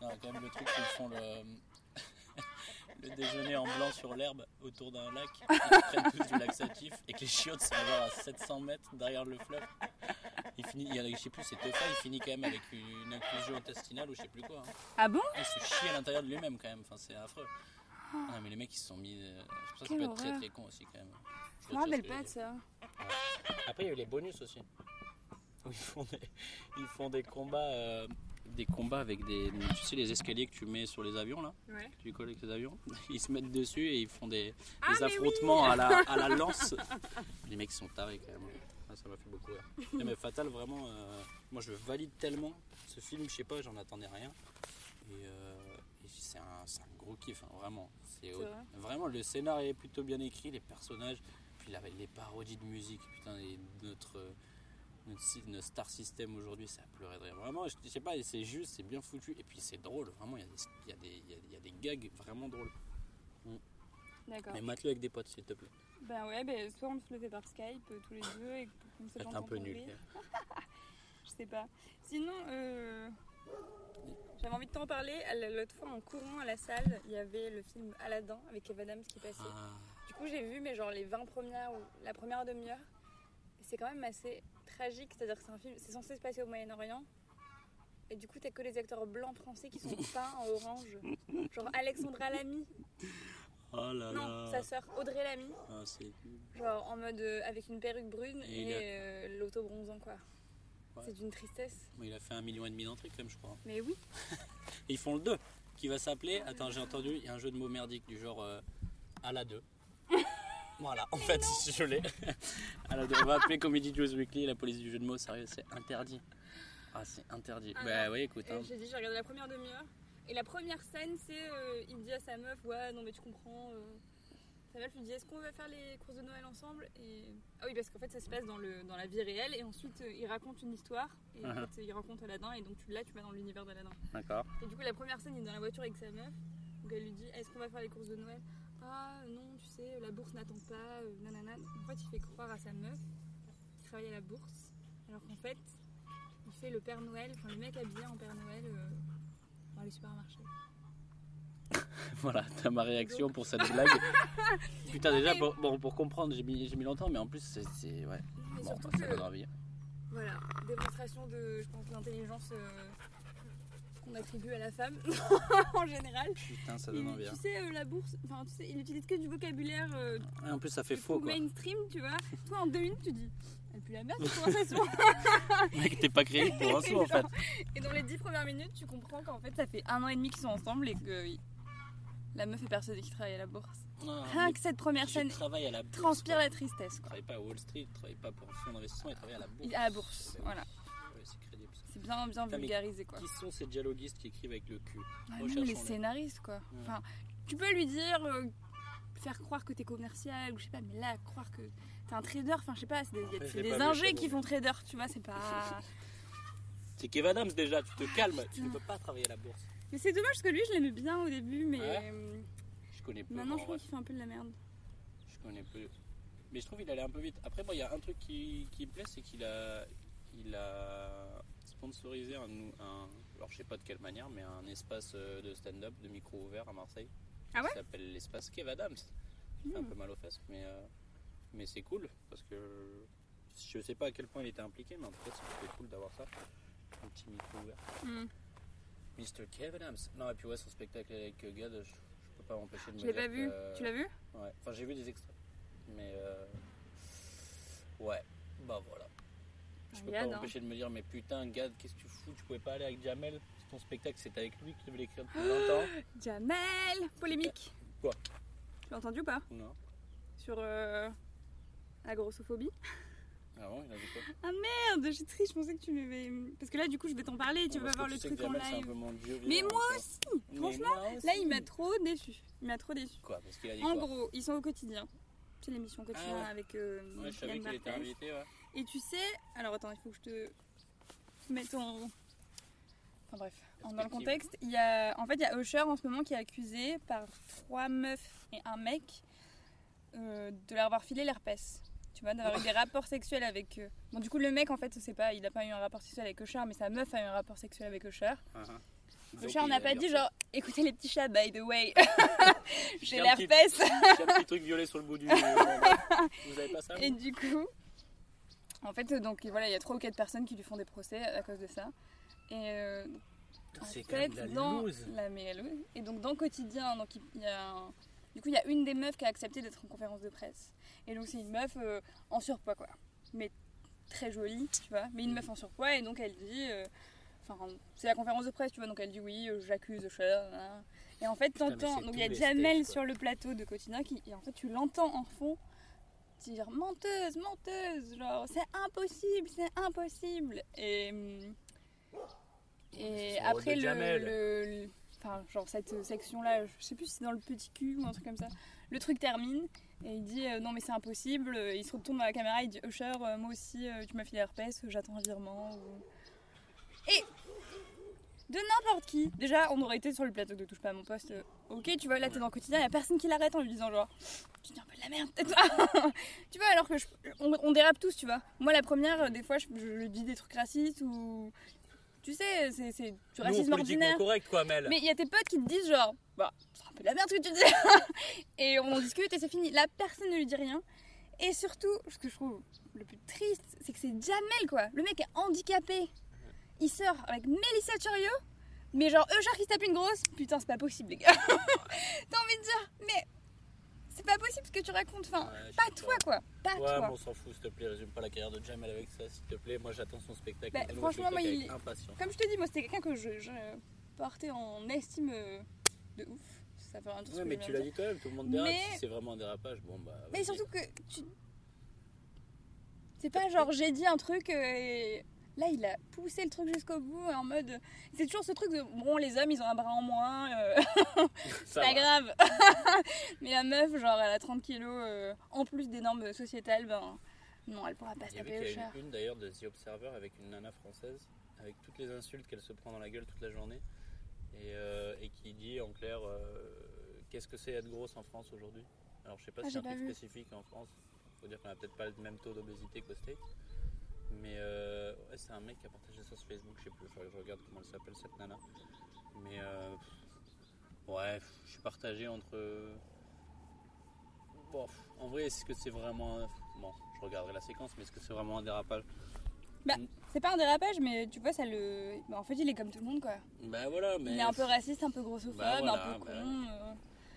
S2: Non, quand même, le truc, ils font le. Le déjeuner en blanc sur l'herbe autour d'un lac, et ils prennent tous du laxatif et que les chiottes sont genre à 700 mètres derrière le fleuve. Il finit, il y en a, je sais plus, c'est Tefa, il finit quand même avec une inclusion intestinale ou je sais plus quoi. hein.
S1: Ah bon
S2: Il se chie à l'intérieur de lui-même quand même, enfin, c'est affreux. Ah, non, mais les mecs ils se sont mis. euh, C'est pour ça que ça
S1: Quelle
S2: peut être très
S1: horreur.
S2: très con aussi quand même.
S1: Je me rappelle pas de Ah, ça.
S2: Après il y a eu les bonus aussi. Où ils font des, ils font des combats. euh, Des combats avec des. Tu sais les escaliers que tu mets sur les avions là
S1: Ouais.
S2: Tu colles avec les avions Ils se mettent dessus et ils font des,
S1: Ah,
S2: des
S1: mais
S2: affrontements à, la, à la lance. les mecs sont tarés quand même. Ah, ça m'a fait beaucoup rire. Non, mais Fatal vraiment. euh, moi je valide tellement ce film, je sais pas, j'en attendais rien. Et, euh, et c'est un, c'est un gros kiff, hein, vraiment. C'est au-
S1: vrai.
S2: Vraiment, le scénario est plutôt bien écrit, les personnages, puis la- les parodies de musique, putain, et notre, euh, notre, sy- notre star system aujourd'hui, ça pleurait de rire. Vraiment, je, je sais pas, c'est juste, c'est bien foutu, et puis c'est drôle, vraiment, il y a des- il y, a des- il y a- il y a des gags vraiment drôles.
S1: D'accord.
S2: Mais mate-le avec des potes, s'il te plaît.
S1: Ben ouais, ben, soit on se le fait par Skype euh, tous les deux et qu'on
S2: C'est
S1: s'entend
S2: Ah. un peu
S1: entendre
S2: nul. hein.
S1: rire, Je sais pas. Sinon, euh, j'avais envie de t'en parler. À la- L'autre fois, en courant à la salle, il y avait le film Aladdin avec Eva Adams qui passait.
S2: Ah,
S1: Du coup, j'ai vu, mais genre les 20 premières ou la première demi-heure. Et C'est quand même assez tragique, c'est-à-dire que c'est un film, c'est censé se passer au Moyen-Orient. Et du coup, t'as que les acteurs blancs français qui sont peints en orange. Genre Alexandra Lamy,
S2: oh là
S1: non,
S2: là.
S1: sa sœur Audrey Lamy.
S2: Ah, c'est nul.
S1: Genre en mode euh, avec une perruque brune
S2: Et
S1: et,
S2: il a-
S1: euh, l'auto bronzant quoi.
S2: Ouais.
S1: C'est d'une tristesse.
S2: Bon, il a fait un million et demi d'entrées, quand même, je crois.
S1: Mais oui.
S2: Et ils font le 2 qui va s'appeler. Attends, j'ai entendu, il y a un jeu de mots merdique du genre euh, à la 2. voilà, en fait, je l'ai. à la 2. On va appeler Comedy News Weekly la police du jeu de mots, sérieux, c'est interdit. Ah, c'est interdit.
S1: Ah
S2: bah oui, écoute.
S1: Et
S2: hein.
S1: j'ai dit, j'ai regardé la première demi-heure. Et la première scène, c'est euh, il dit à sa meuf, ouais, non mais tu comprends, euh, Sa meuf lui dit Est-ce qu'on va faire les courses de Noël ensemble et... Ah oui, parce qu'en fait, ça se passe dans, le, dans la vie réelle et ensuite euh, il raconte une histoire et en
S2: Mhm.
S1: fait, il raconte Aladdin et donc tu- là, tu vas dans l'univers d'Aladdin.
S2: D'accord.
S1: Et du coup, la première scène, il est dans la voiture avec sa meuf. Donc elle lui dit Est-ce qu'on va faire les courses de Noël Ah non, tu sais, la bourse n'attend pas, euh, nanana. En fait, il fait croire à sa meuf qu'il travaille à la bourse, alors qu'en fait, il fait le Père Noël, enfin le mec habillé en Père Noël euh, dans les supermarchés.
S2: Voilà, t'as ma réaction pour cette blague. Putain, déjà, pour, bon, pour comprendre, j'ai mis, j'ai mis longtemps, mais en plus, c'est- c'est. Ouais,
S1: Mais
S2: bon,
S1: surtout
S2: ça
S1: que,
S2: donne envie.
S1: voilà, démonstration de, je pense, l'intelligence euh, qu'on attribue à la femme en général.
S2: Putain, ça
S1: Il-
S2: donne envie.
S1: tu
S2: hein.
S1: sais, euh, la bourse, enfin, tu sais, il utilise que du vocabulaire euh,
S2: Et en plus, ça fait
S1: du
S2: faux,
S1: coup,
S2: quoi.
S1: mainstream, tu vois. Toi, en deux minutes, tu dis, elle pue la merde, cette conversation.
S2: Mec, t'es pas créé pour un saut, en fait.
S1: Et dans les dix premières minutes, tu comprends qu'en fait, ça fait un an et demi qu'ils sont ensemble et que oui, la meuf est persuadée qu'il travaille à la bourse.
S2: Ah,
S1: Rien que cette première
S2: personne
S1: scène
S2: travaille à la bourse.
S1: transpire
S2: quoi.
S1: la tristesse,
S2: Il
S1: quoi.
S2: travaille pas à Wall Street, il travaille pas pour un fonds d'investissement, il travaille à la bourse.
S1: Il- À la bourse,
S2: Ouais,
S1: voilà.
S2: ouais, c'est crédible. ça.
S1: C'est bien, bien
S2: bah Putain, mais
S1: vulgarisé, quoi.
S2: Qui sont ces dialoguistes qui écrivent avec le cul
S1: Ah,
S2: Recherchons
S1: même les
S2: les-
S1: scénaristes, quoi. Enfin, tu peux lui dire, euh, faire croire que t'es commercial, ou je sais pas, mais là, croire que t'es un trader, enfin, je sais pas, c'est des,
S2: Après, je
S1: c'est
S2: l'ai
S1: des
S2: pas vu,
S1: ingés
S2: c'est
S1: qui
S2: bon.
S1: font trader, tu vois, c'est pas.
S2: C'est Kevin Adams déjà, tu te calmes, tu ne
S1: putain.
S2: peux pas travailler à la bourse.
S1: Mais c'est dommage parce que lui, je l'aimais bien au début, mais
S2: Ah Ouais.
S1: euh,
S2: Je connais peu.
S1: maintenant,
S2: moi,
S1: je
S2: en
S1: trouve
S2: vrai.
S1: qu'il fait un peu de la merde.
S2: Je connais peu. Mais je trouve qu'il allait un peu vite. Après, moi, il y a un truc qui, qui me plaît, c'est qu'il a, il a sponsorisé un, nou- un- alors je sais pas de quelle manière, mais un espace euh, de stand-up, de micro ouvert à Marseille.
S1: Ah ouais Hmm.
S2: Ça s'appelle l'espace Kev Adams. Ça fait un peu mal aux fesses, mais, euh, mais c'est cool parce que je sais pas à quel point il était impliqué, mais en tout cas, c'était cool d'avoir ça. Un petit micro ouvert.
S1: Hmm.
S2: Mr. Kev Adams. Non, et puis ouais, son spectacle avec euh, Gad, je, je peux pas m'empêcher de me
S1: Je l'ai
S2: dire
S1: pas vu.
S2: que- euh,
S1: Tu l'as vu
S2: Ouais, enfin j'ai vu des extraits. Mais euh, ouais, bah voilà. Je peux
S1: Regarde,
S2: pas
S1: hein.
S2: m'empêcher de me dire, mais putain, Gad, qu'est-ce que tu fous Tu pouvais pas aller avec Jamel Ton spectacle, c'est avec lui que tu devais l'écrire depuis 20 ans
S1: Jamel Polémique
S2: Quoi
S1: Tu l'as entendu ou pas
S2: Non.
S1: Sur euh, la grossophobie
S2: Ah bon, il a dit quoi
S1: Merde, je suis triste, je pensais que tu m'avais. Parce que là, du coup, je vais t'en parler, tu
S2: Bon,
S1: vas
S2: parce
S1: voir
S2: que
S1: le
S2: tu sais que
S1: truc en
S2: Jamel, c'est un
S1: live.
S2: peu mon dieu
S1: Mais
S2: vivant,
S1: moi
S2: quoi.
S1: aussi
S2: Mais
S1: franchement,
S2: moi aussi.
S1: Là, il m'a trop déçu. Il m'a trop déçu.
S2: Quoi Parce qu'il a dit
S1: En
S2: quoi
S1: gros, ils sont au quotidien. C'est l'émission quotidien
S2: Ah ouais.
S1: avec. euh,
S2: Ouais, je savais
S1: Yann
S2: qu'il était
S1: Barthès.
S2: invité, ouais.
S1: Et tu sais, alors attends, il faut que je te mette en. Enfin bref, en- dans le
S2: Perspective.
S1: contexte, il y a, en fait, il y a Usher en ce moment qui est accusé par trois meufs et un mec euh, de leur avoir filé l'herpès. Tu vois, d'avoir eu des rapports sexuels avec eux. Bon, du coup, le mec, en fait, c'est pas, il a pas eu un rapport sexuel avec Usher, mais sa meuf a eu un rapport sexuel avec Usher.
S2: Ah, ah. Donc,
S1: Usher
S2: il
S1: n'a
S2: a
S1: pas
S2: dit,
S1: dit, genre, écoutez les petits chats, by the way, j'ai
S2: J'ai un petit-
S1: l'herpès.
S2: J'ai un petit truc violet sur le bout du. Vous avez pas ça
S1: Et
S2: vous
S1: du coup, en fait, euh, donc voilà, il y a trois ou quatre personnes qui lui font des procès à cause de ça. Et euh, en
S2: C'est quand
S1: fait,
S2: même de la
S1: dans
S2: loose.
S1: la méga loose. Et donc dans quotidien, donc il il y a un- du coup il y a une des meufs qui a accepté d'être en conférence de presse. Et donc c'est une meuf euh, en surpoids quoi, mais très jolie, tu vois, mais une
S2: Mhm.
S1: meuf en surpoids. Et donc elle dit, euh, enfin c'est la conférence de presse, tu vois, donc elle dit oui, euh, j'accuse Usher. nanana. Et en fait
S2: mais
S1: t'entends,
S2: c'est
S1: donc
S2: tous
S1: il y a
S2: les
S1: Jamel
S2: steaks, quoi.
S1: sur le plateau de quotidien qui, et en fait tu l'entends en fond dire menteuse, menteuse, genre c'est impossible, c'est impossible. Et, hum,
S2: c'est
S1: et
S2: son rôle
S1: après
S2: de
S1: le,
S2: Jamel.
S1: le- le- Enfin, genre cette section là, je sais plus si c'est dans le petit cul ou un truc comme ça. Le truc termine et il dit euh, non mais c'est impossible. Et il se retourne dans la caméra, il dit Usher, euh, moi aussi euh, tu m'as filé herpès, euh, j'attends un virement. ou- Et de n'importe qui. Déjà, on aurait été sur le plateau de Touche pas à mon poste. euh, ok, tu vois, là t'es dans le quotidien, y a personne qui l'arrête en lui disant genre tu dis un peu de la merde. peut-être. Tu vois, alors que je- on, on dérape tous, tu vois. Moi, la première, euh, des fois, je, je dis des trucs racistes ou. Tu sais, c'est c'est du racisme
S2: Nous,
S1: ordinaire.
S2: politiquement correct, quoi, Mel.
S1: Mais il y a tes potes qui te disent, genre, bah, c'est un peu de la merde ce que tu dis. et on en discute et c'est fini. Là, personne ne lui dit rien. Et surtout, ce que je trouve le plus triste, c'est que c'est Jamel, quoi. Le mec est handicapé. Il sort avec Mélissa Thurio. Mais genre, Eugène qui se tape une grosse, putain, c'est pas possible, les gars. T'as envie de dire, mais c'est pas possible ce que tu racontes. Enfin,
S2: Ouais, je
S1: pas
S2: suis
S1: toi, quoi. Pas
S2: Ouais, mais
S1: toi.
S2: on s'en fout, s'il te plaît, résume pas la carrière de Jamel avec ça, s'il te plaît. Moi, j'attends son spectacle.
S1: Bah,
S2: Et nous,
S1: franchement,
S2: le spectacle
S1: moi,
S2: avec
S1: il-
S2: impatience.
S1: Comme je te dis, moi, c'était quelqu'un que je, je portais en estime euh, de ouf. Ça fait un truc
S2: Ouais, mais tu l'as dit toi-même, tout le monde dérape.
S1: Mais-
S2: Si c'est vraiment un dérapage, bon bah.
S1: Mais
S2: vas-y.
S1: surtout que tu. C'est pas genre j'ai dit un truc euh, et Là, il a poussé le truc jusqu'au bout en mode. C'est toujours ce truc de bon, les hommes, ils ont un bras en moins, euh, c'est
S2: Ça
S1: pas
S2: va.
S1: grave. Mais la meuf, genre, elle a 30 kilos euh, en plus des normes sociétales, ben non, elle pourra pas se
S2: Il y a vu
S1: taper au
S2: qu'il y a
S1: cher.
S2: eu une d'ailleurs de The Observer avec une nana française, avec toutes les insultes qu'elle se prend dans la gueule toute la journée, et, euh, et qui dit en clair euh, qu'est-ce que c'est être grosse en France aujourd'hui. Alors je sais pas
S1: Ah,
S2: si c'est
S1: j'ai
S2: un
S1: pas
S2: truc
S1: vu.
S2: spécifique en France, faut dire qu'on a peut-être pas le même taux d'obésité qu'au States, mais euh, ouais, c'est un mec qui a partagé ça sur Facebook, je sais plus, faudrait que je regarde comment elle s'appelle cette nana. Mais euh, pff, ouais, pff, je suis partagé entre. euh, Bon, pff, en vrai, est-ce que c'est vraiment. un- Bon, je regarderai la séquence, mais est-ce que c'est vraiment un dérapage
S1: C'est pas un dérapage, mais tu vois, ça le. ben, en fait, il est comme tout le monde, quoi.
S2: Ben voilà, mais.
S1: Il est un peu raciste, un peu grossophobe,
S2: Bah voilà,
S1: un peu
S2: bah
S1: con. euh.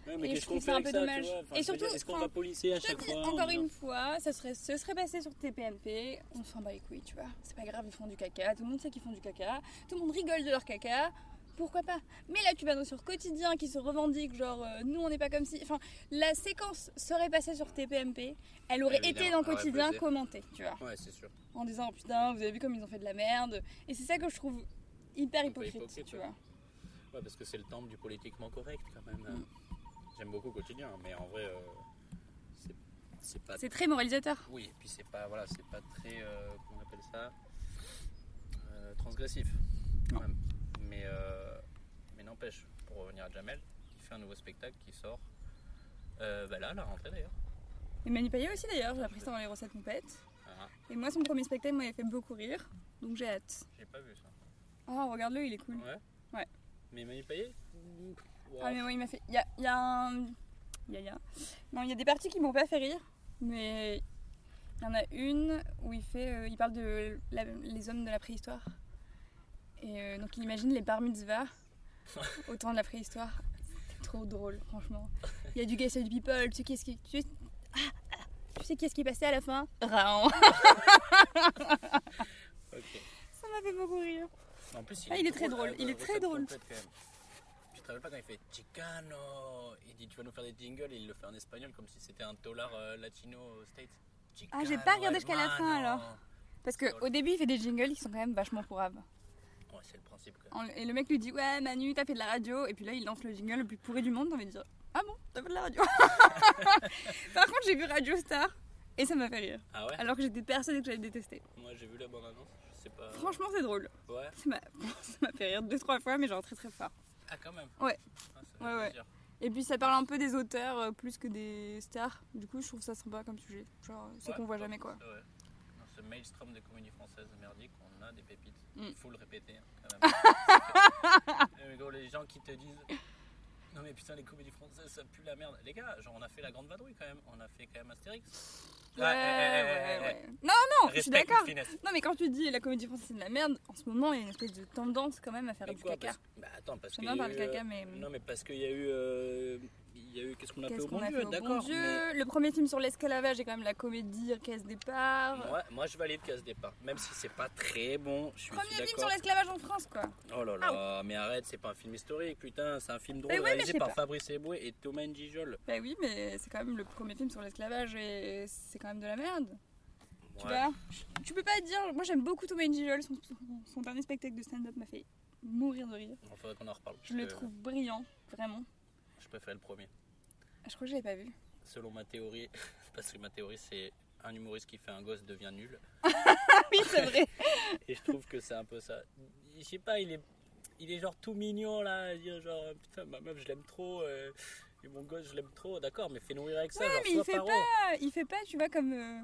S2: Ouais, mais
S1: et
S2: qu'est-ce
S1: je
S2: qu'on
S1: trouve
S2: fait
S1: ça un
S2: avec
S1: peu
S2: ça, tu
S1: dommage.
S2: vois Enfin,
S1: Et
S2: je veux
S1: surtout,
S2: dire, est-ce qu'on
S1: enfin,
S2: va policer à
S1: Je te
S2: chaque
S1: dis,
S2: fois en
S1: encore
S2: disant-
S1: une fois, ça serait, ce serait passé sur TPMP, on s'en bat les couilles, tu vois. C'est pas grave, ils font du caca, tout le monde sait qu'ils font du caca, tout le monde rigole de leur caca, pourquoi pas Mais là, tu vas dans sur Quotidien qui se revendique, genre, euh, nous on n'est pas comme si. Enfin, la séquence serait passée sur TPMP, elle aurait été
S2: Évidemment,
S1: dans
S2: elle aurait
S1: Quotidien
S2: pesé.
S1: commentée, tu vois.
S2: Ouais, c'est sûr.
S1: En disant, oh, putain, vous avez vu comme ils ont fait de la merde. Et c'est ça que je trouve hyper
S2: Un peu
S1: hypocrite,
S2: hypocrite,
S1: tu
S2: ouais.
S1: vois.
S2: Ouais, parce que c'est le temple du politiquement correct quand même. hein.
S1: Mm.
S2: J'aime beaucoup quotidien, mais en vrai, euh, c'est- c'est pas
S1: C'est très moralisateur.
S2: Oui, et puis c'est pas, voilà, c'est pas très, euh, comment on appelle ça, euh, transgressif, quand même. Mais, euh, mais n'empêche, pour revenir à Jamel, qui fait un nouveau spectacle qui sort, euh, bah là, à la rentrée d'ailleurs.
S1: Et Manipaya aussi d'ailleurs, j'ai appris ça dans les recettes moupettes.
S2: Ah,
S1: Et moi, son premier spectacle m'avait fait beaucoup rire, donc j'ai hâte.
S2: j'ai pas vu ça.
S1: Oh, regarde-le, il est cool.
S2: Ouais
S1: Ouais.
S2: Mais Manu Payet Ouh, wow.
S1: Ah, mais ouais, il m'a fait. Il y a, il y a un. Il y a, il y a- Non, il y a des parties qui m'ont pas fait rire, mais il y en a une où il fait. euh, il parle de la- les hommes de la préhistoire. Et euh, donc il imagine les bar mitzvahs au temps de la préhistoire. C'est trop drôle, franchement. Il y a du gay du people, tu sais qu'est-ce qui. Tu sais... Ah, ah, tu sais qu'est-ce qui est passé à la fin Raon
S2: Ok.
S1: Ça m'a fait beaucoup rire.
S2: En plus,
S1: Ah, il est très drôle,
S2: hein,
S1: il est
S2: dans
S1: très
S2: cette
S1: drôle.
S2: trompette, quand même. Tu te rappelles pas quand il fait Chicano Il dit tu vas nous faire des jingles et il le fait en espagnol comme si c'était un dollar euh, latino au States.
S1: Ah, j'ai pas
S2: Chicano,
S1: regardé jusqu'à la fin,
S2: hermano.
S1: Parce qu'au début, il fait des jingles qui sont quand même vachement pourrables.
S2: Ouais, c'est le principe quand même.
S1: En- Et le mec lui dit Ouais, Manu, t'as fait de la radio. Et puis là, il lance le jingle le plus pourri du monde. T'as envie de dire Ah bon, t'as fait de la radio Par contre, j'ai vu Radio Star et ça m'a fait rire.
S2: Ah ouais
S1: Alors que j'étais persuadée que j'allais détester.
S2: Moi j'ai vu la bande annonce, je sais pas.
S1: Franchement, c'est drôle.
S2: Ouais.
S1: Ça m'a ça m'a fait rire deux, trois fois, mais genre très très fort.
S2: Ah quand même.
S1: Ouais.
S2: Ah, ça fait
S1: Ouais, ouais.
S2: plaisir.
S1: Et puis ça parle un peu des auteurs euh, plus que des stars. Du coup, je trouve ça sympa comme sujet. Genre, euh, c'est
S2: Ouais,
S1: qu'on voit
S2: pas
S1: jamais
S2: pour
S1: quoi.
S2: ça, ouais. Dans ce maelstrom de comédie française merdique, on a des pépites.
S1: Mm.
S2: Faut le répéter hein, quand même. Eh, mais gros, les gens qui te disent Non mais putain, les comédies françaises ça pue la merde. Les gars, genre on a fait la grande vadrouille quand même. On a fait quand même Astérix.
S1: Ouais,
S2: Ah, eh, eh, eh,
S1: ouais,
S2: eh,
S1: ouais.
S2: eh.
S1: Non, non, je suis
S2: Respecte
S1: d'accord.
S2: une finesse.
S1: Non, mais quand tu dis la comédie française c'est de la merde, en ce moment, il y a une espèce de tendance quand même à faire
S2: Mais
S1: du
S2: quoi,
S1: caca.
S2: parce- Bah attends, parce que. euh,
S1: J'aime bien parler caca, mais.
S2: Non mais parce qu'il y a eu. euh, Il y a eu. Qu'est-ce qu'on a fait
S1: Qu'est-ce
S2: Bah, au
S1: qu'on
S2: bon
S1: a fait
S2: Dieu
S1: au bon
S2: D'accord.
S1: Dieu
S2: mais-
S1: Le premier film sur l'esclavage est quand même la comédie caisse départ.
S2: Moi, moi, je valide casse départ, même si c'est pas très bon. Je suis je suis
S1: premier film sur
S2: d'accord.
S1: l'esclavage en France, quoi.
S2: Oh là là, mais arrête, c'est pas un film historique, putain, c'est un film drôle
S1: Eh ouais, mais je
S2: réalisé
S1: sais
S2: par
S1: pas.
S2: Fabrice Eboué et Thomas Njijol.
S1: Bah oui, mais c'est quand même le premier film sur l'esclavage et c'est quand même de la merde. Tu
S2: Ouais.
S1: vois Tu peux pas dire. Moi j'aime beaucoup Thomas Angel, son, son, son dernier spectacle de stand-up m'a fait mourir de rire.
S2: Il faudrait qu'on en reparle.
S1: Je le
S2: parce que
S1: trouve brillant, vraiment.
S2: Je préfère le premier.
S1: Ah, Je crois que je l'avais pas vu.
S2: Selon ma théorie, parce que ma théorie c'est un humoriste qui fait un gosse devient nul.
S1: Ah oui, c'est vrai.
S2: Et je trouve que c'est un peu ça. Je sais pas, il est, il est genre tout mignon là, à dire genre putain, ma meuf, je l'aime trop. euh, et mon gosse, je l'aime trop, d'accord, mais fais nourrir avec ça. genre,
S1: mais il
S2: sois
S1: fait
S2: paro.
S1: Ah, il fait pas, tu vois, comme. euh,